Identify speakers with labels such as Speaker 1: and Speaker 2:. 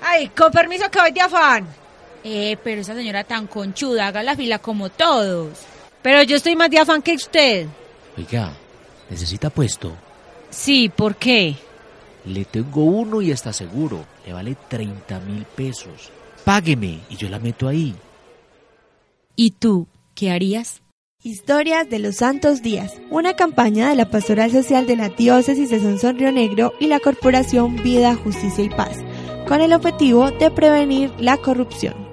Speaker 1: Ay, con permiso que voy de afán.
Speaker 2: Eh, pero esa señora tan conchuda, haga la fila como todos.
Speaker 1: Pero yo estoy más de afán que usted.
Speaker 3: Oiga, necesita puesto.
Speaker 1: Sí, ¿por qué?
Speaker 3: Le tengo uno y está seguro. Le vale 30 mil pesos. Págueme y yo la meto ahí.
Speaker 2: ¿Y tú qué harías?
Speaker 4: Historias de los Santos Días, una campaña de la Pastoral Social de la Diócesis de Sansón Río Negro y la Corporación Vida, Justicia y Paz, con el objetivo de prevenir la corrupción.